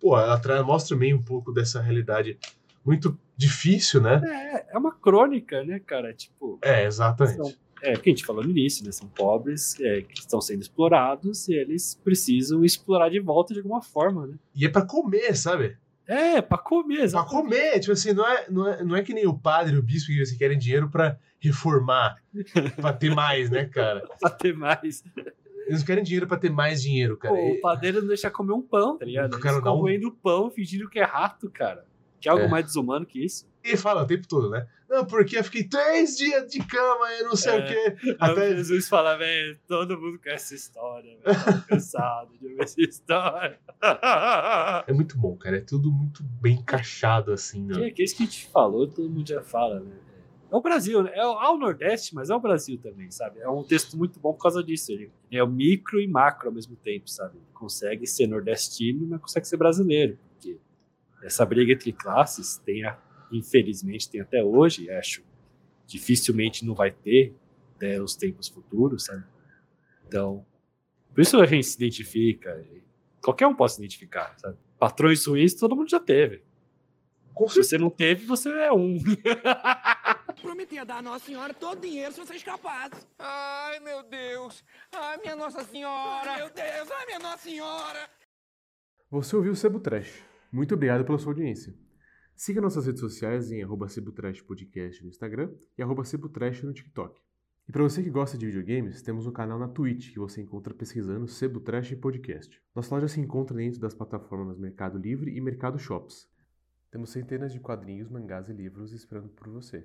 Speaker 1: pô, ela tra- mostra meio um pouco dessa realidade muito difícil, né?
Speaker 2: é, é uma crônica, né, cara? Tipo,
Speaker 1: É, exatamente.
Speaker 2: é o que a gente falou no início, né? São pobres é, que estão sendo explorados e eles precisam explorar de volta de alguma forma, né?
Speaker 1: E é pra comer, sabe?
Speaker 2: É, pra comer,
Speaker 1: Pra
Speaker 2: exato.
Speaker 1: comer, tipo assim, não é, não é, não é que nem o padre e o bispo que você querem dinheiro pra reformar, pra ter mais, né,
Speaker 2: *laughs*
Speaker 1: cara?
Speaker 2: Pra ter mais.
Speaker 1: Eles não querem dinheiro pra ter mais dinheiro, cara.
Speaker 2: Pô,
Speaker 1: E-
Speaker 2: o padeiro não deixa comer um pão, tá ligado?
Speaker 1: Eu
Speaker 2: Eles
Speaker 1: quero dar
Speaker 2: ficam
Speaker 1: um-
Speaker 2: roendo pão fingindo que é rato, cara. Que é algo
Speaker 1: É.
Speaker 2: mais desumano que isso.
Speaker 1: ele fala o tempo todo, né? Não, porque eu fiquei três dias de cama e não sei
Speaker 2: É.
Speaker 1: o quê. *laughs*
Speaker 2: Aí
Speaker 1: Até
Speaker 2: o Jesus fala, velho, todo mundo quer essa história, velho. Tô cansado de ouvir essa história. *laughs*
Speaker 1: É muito bom, cara. É tudo muito bem encaixado, assim,
Speaker 2: Que
Speaker 1: né?
Speaker 2: é que isso que a gente falou, todo mundo já fala, né? É o Brasil, né? É o, é o Nordeste, mas é o Brasil também, sabe? É um texto muito bom por causa disso. Ele é o micro e macro ao mesmo tempo, sabe? Ele consegue ser nordestino, mas consegue ser brasileiro, porque essa briga entre classes tem, a- infelizmente, tem até hoje, e acho. Dificilmente não vai ter até os tempos futuros, sabe? Então, por isso a gente se identifica. e Qualquer um pode se identificar, sabe? Patrões ruins todo mundo já teve.
Speaker 1: Com
Speaker 2: Se
Speaker 1: certeza.
Speaker 2: você não teve, você é um.
Speaker 3: Prometi a dar a Nossa Senhora todo o dinheiro se você escapasse. Ai, meu Deus. Ai, minha Nossa Senhora. meu Deus. Ai, minha Nossa Senhora.
Speaker 5: Você ouviu o Sebo Trash. Muito obrigado pela sua audiência. Siga nossas redes sociais em arroba Sebo Trash Podcast no Instagram e arroba Sebo Trash no TikTok. E para você que gosta de videogames, temos um canal na Twitch que você encontra pesquisando Sebo Trash Podcast. Nossa loja se encontra dentro das plataformas Mercado Livre e Mercado Shops. Temos centenas de quadrinhos, mangás e livros esperando por você.